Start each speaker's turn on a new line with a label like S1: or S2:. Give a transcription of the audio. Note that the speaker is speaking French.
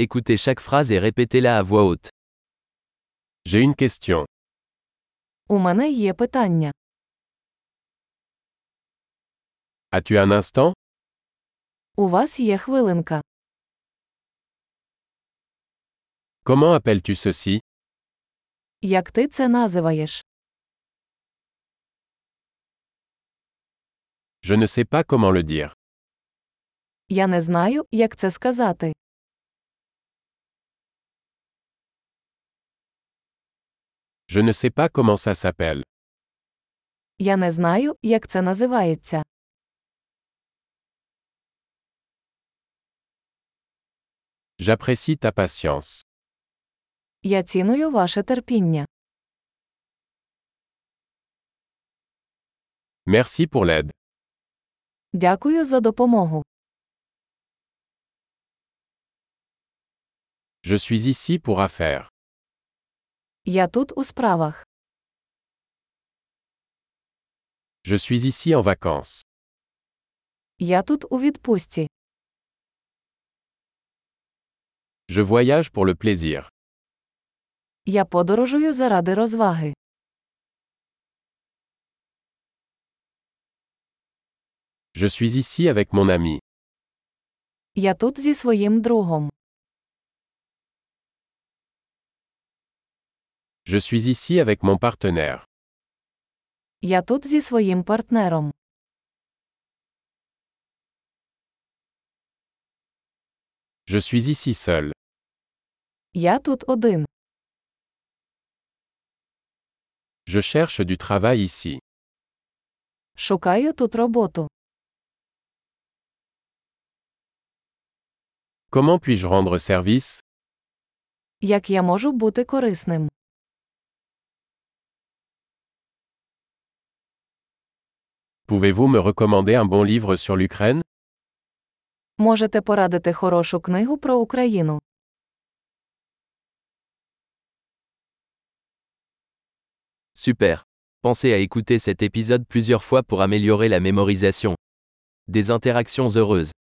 S1: Écoutez chaque phrase et répétez-la à voix haute.
S2: J'ai une question.
S3: У мене є питання.
S2: As-tu un instant
S3: У вас є хвилинка.
S2: Comment appelles-tu ceci
S3: Як ти це називаєш?
S2: Je ne sais pas comment le dire.
S3: Я не знаю, як це сказати.
S2: Je ne sais pas comment ça s'appelle.
S3: Я не знаю, як це називається.
S2: J'apprécie ta patience.
S3: Я ціную ваше терпіння.
S2: Merci pour l'aide.
S3: Дякую за допомогу.
S2: Je suis ici pour affaires.
S3: Я тут у справах.
S2: Je suis ici en vacances.
S3: Я тут у відпустці.
S2: Je voyage pour le plaisir.
S3: Я подорожую заради розваги.
S2: Je suis ici avec mon ami.
S3: Я тут зі своїм другом.
S2: Je suis ici avec mon partenaire.
S3: Я тут зі своїм партнером.
S2: Je suis ici seul.
S3: Я тут один.
S2: Je cherche du travail ici.
S3: Шукаю тут роботу.
S2: Comment puis-je rendre service
S3: Як я можу бути корисним?
S2: Pouvez-vous me recommander un bon livre sur l'Ukraine
S3: Можете порадити хорошу книгу про Україну.
S1: Super. Pensez à écouter cet épisode plusieurs fois pour améliorer la mémorisation. Des interactions heureuses.